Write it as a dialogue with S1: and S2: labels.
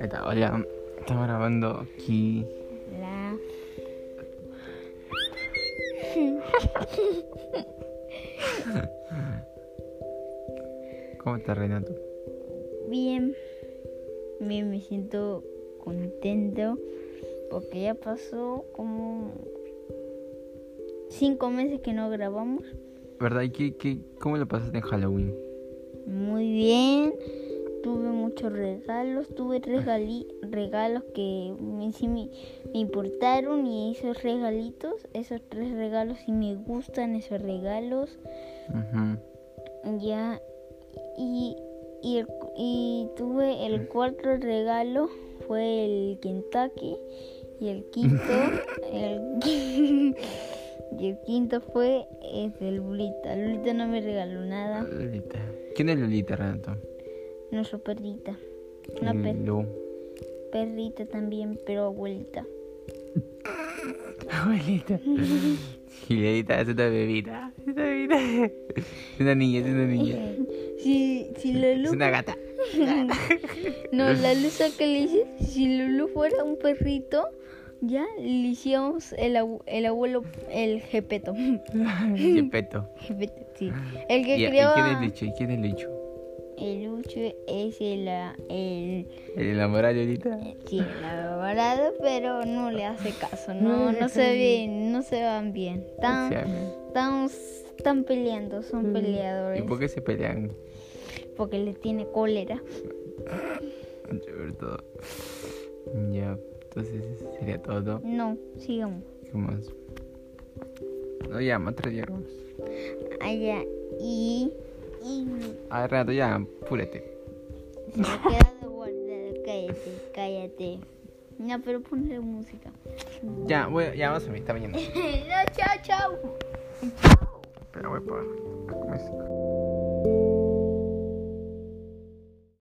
S1: Está, hola, estamos grabando aquí.
S2: La.
S1: ¿Cómo estás, Renato?
S2: Bien. Bien, me siento contento porque ya pasó como cinco meses que no grabamos.
S1: ¿Verdad? ¿Y qué, qué, cómo lo pasaste en Halloween?
S2: Muy bien. Tuve muchos regalos, tuve regali- regalos que me, sí me, me importaron y esos regalitos, esos tres regalos sí me gustan, esos regalos.
S1: Ujú.
S2: Ya, y, y, el cu- y tuve el cuarto regalo, fue el Kentucky, y el quinto, el, qui- y el quinto fue el del Lulita. Lulita no me regaló nada,
S1: Lolita. ¿Quién es Lolita, Renato?
S2: nuestra perrita, una
S1: Mm.
S2: per-
S1: Lu.
S2: perrita también, pero abuelita.
S1: Abuelita. Gilerita, es una bebita. Es una bebita. Es una niña, es una niña.
S2: Si, si
S1: Es
S2: Lulu,
S1: una gata.
S2: no, la luz que le dice, si Lulu fuera un perrito, ya le hicimos el, abu- el abuelo, el jepeto.
S1: Gepetto.
S2: Sí. El que
S1: ¿Y, y
S2: creó
S1: quién
S2: a-
S1: es Lucho? ¿Y quién es Lucho?
S2: el Lucho es el, ah, el,
S1: ¿El enamorado de Lolita?
S2: sí, el enamorado, pero no le hace caso, no, no se ven, no se van bien. Están,
S1: Sí, amén.
S2: están, están peleando, son
S1: ¿Y
S2: peleadores.
S1: por qué se pelean?
S2: Porque le tiene cólera.
S1: Sobre todo. Ya, entonces eso sería todo.
S2: No, sigamos.
S1: ¿Qué más? No, ya, más tres diálogos.
S2: Allá. Y, y
S1: Ah, Renato, ya, apúrate.
S2: se me queda de guardar. Cállate, cállate. No, pero ponle música.
S1: Ya, voy, ya, vamos a mí, está mañana.
S2: no, chao, chao.
S1: Pero voy para.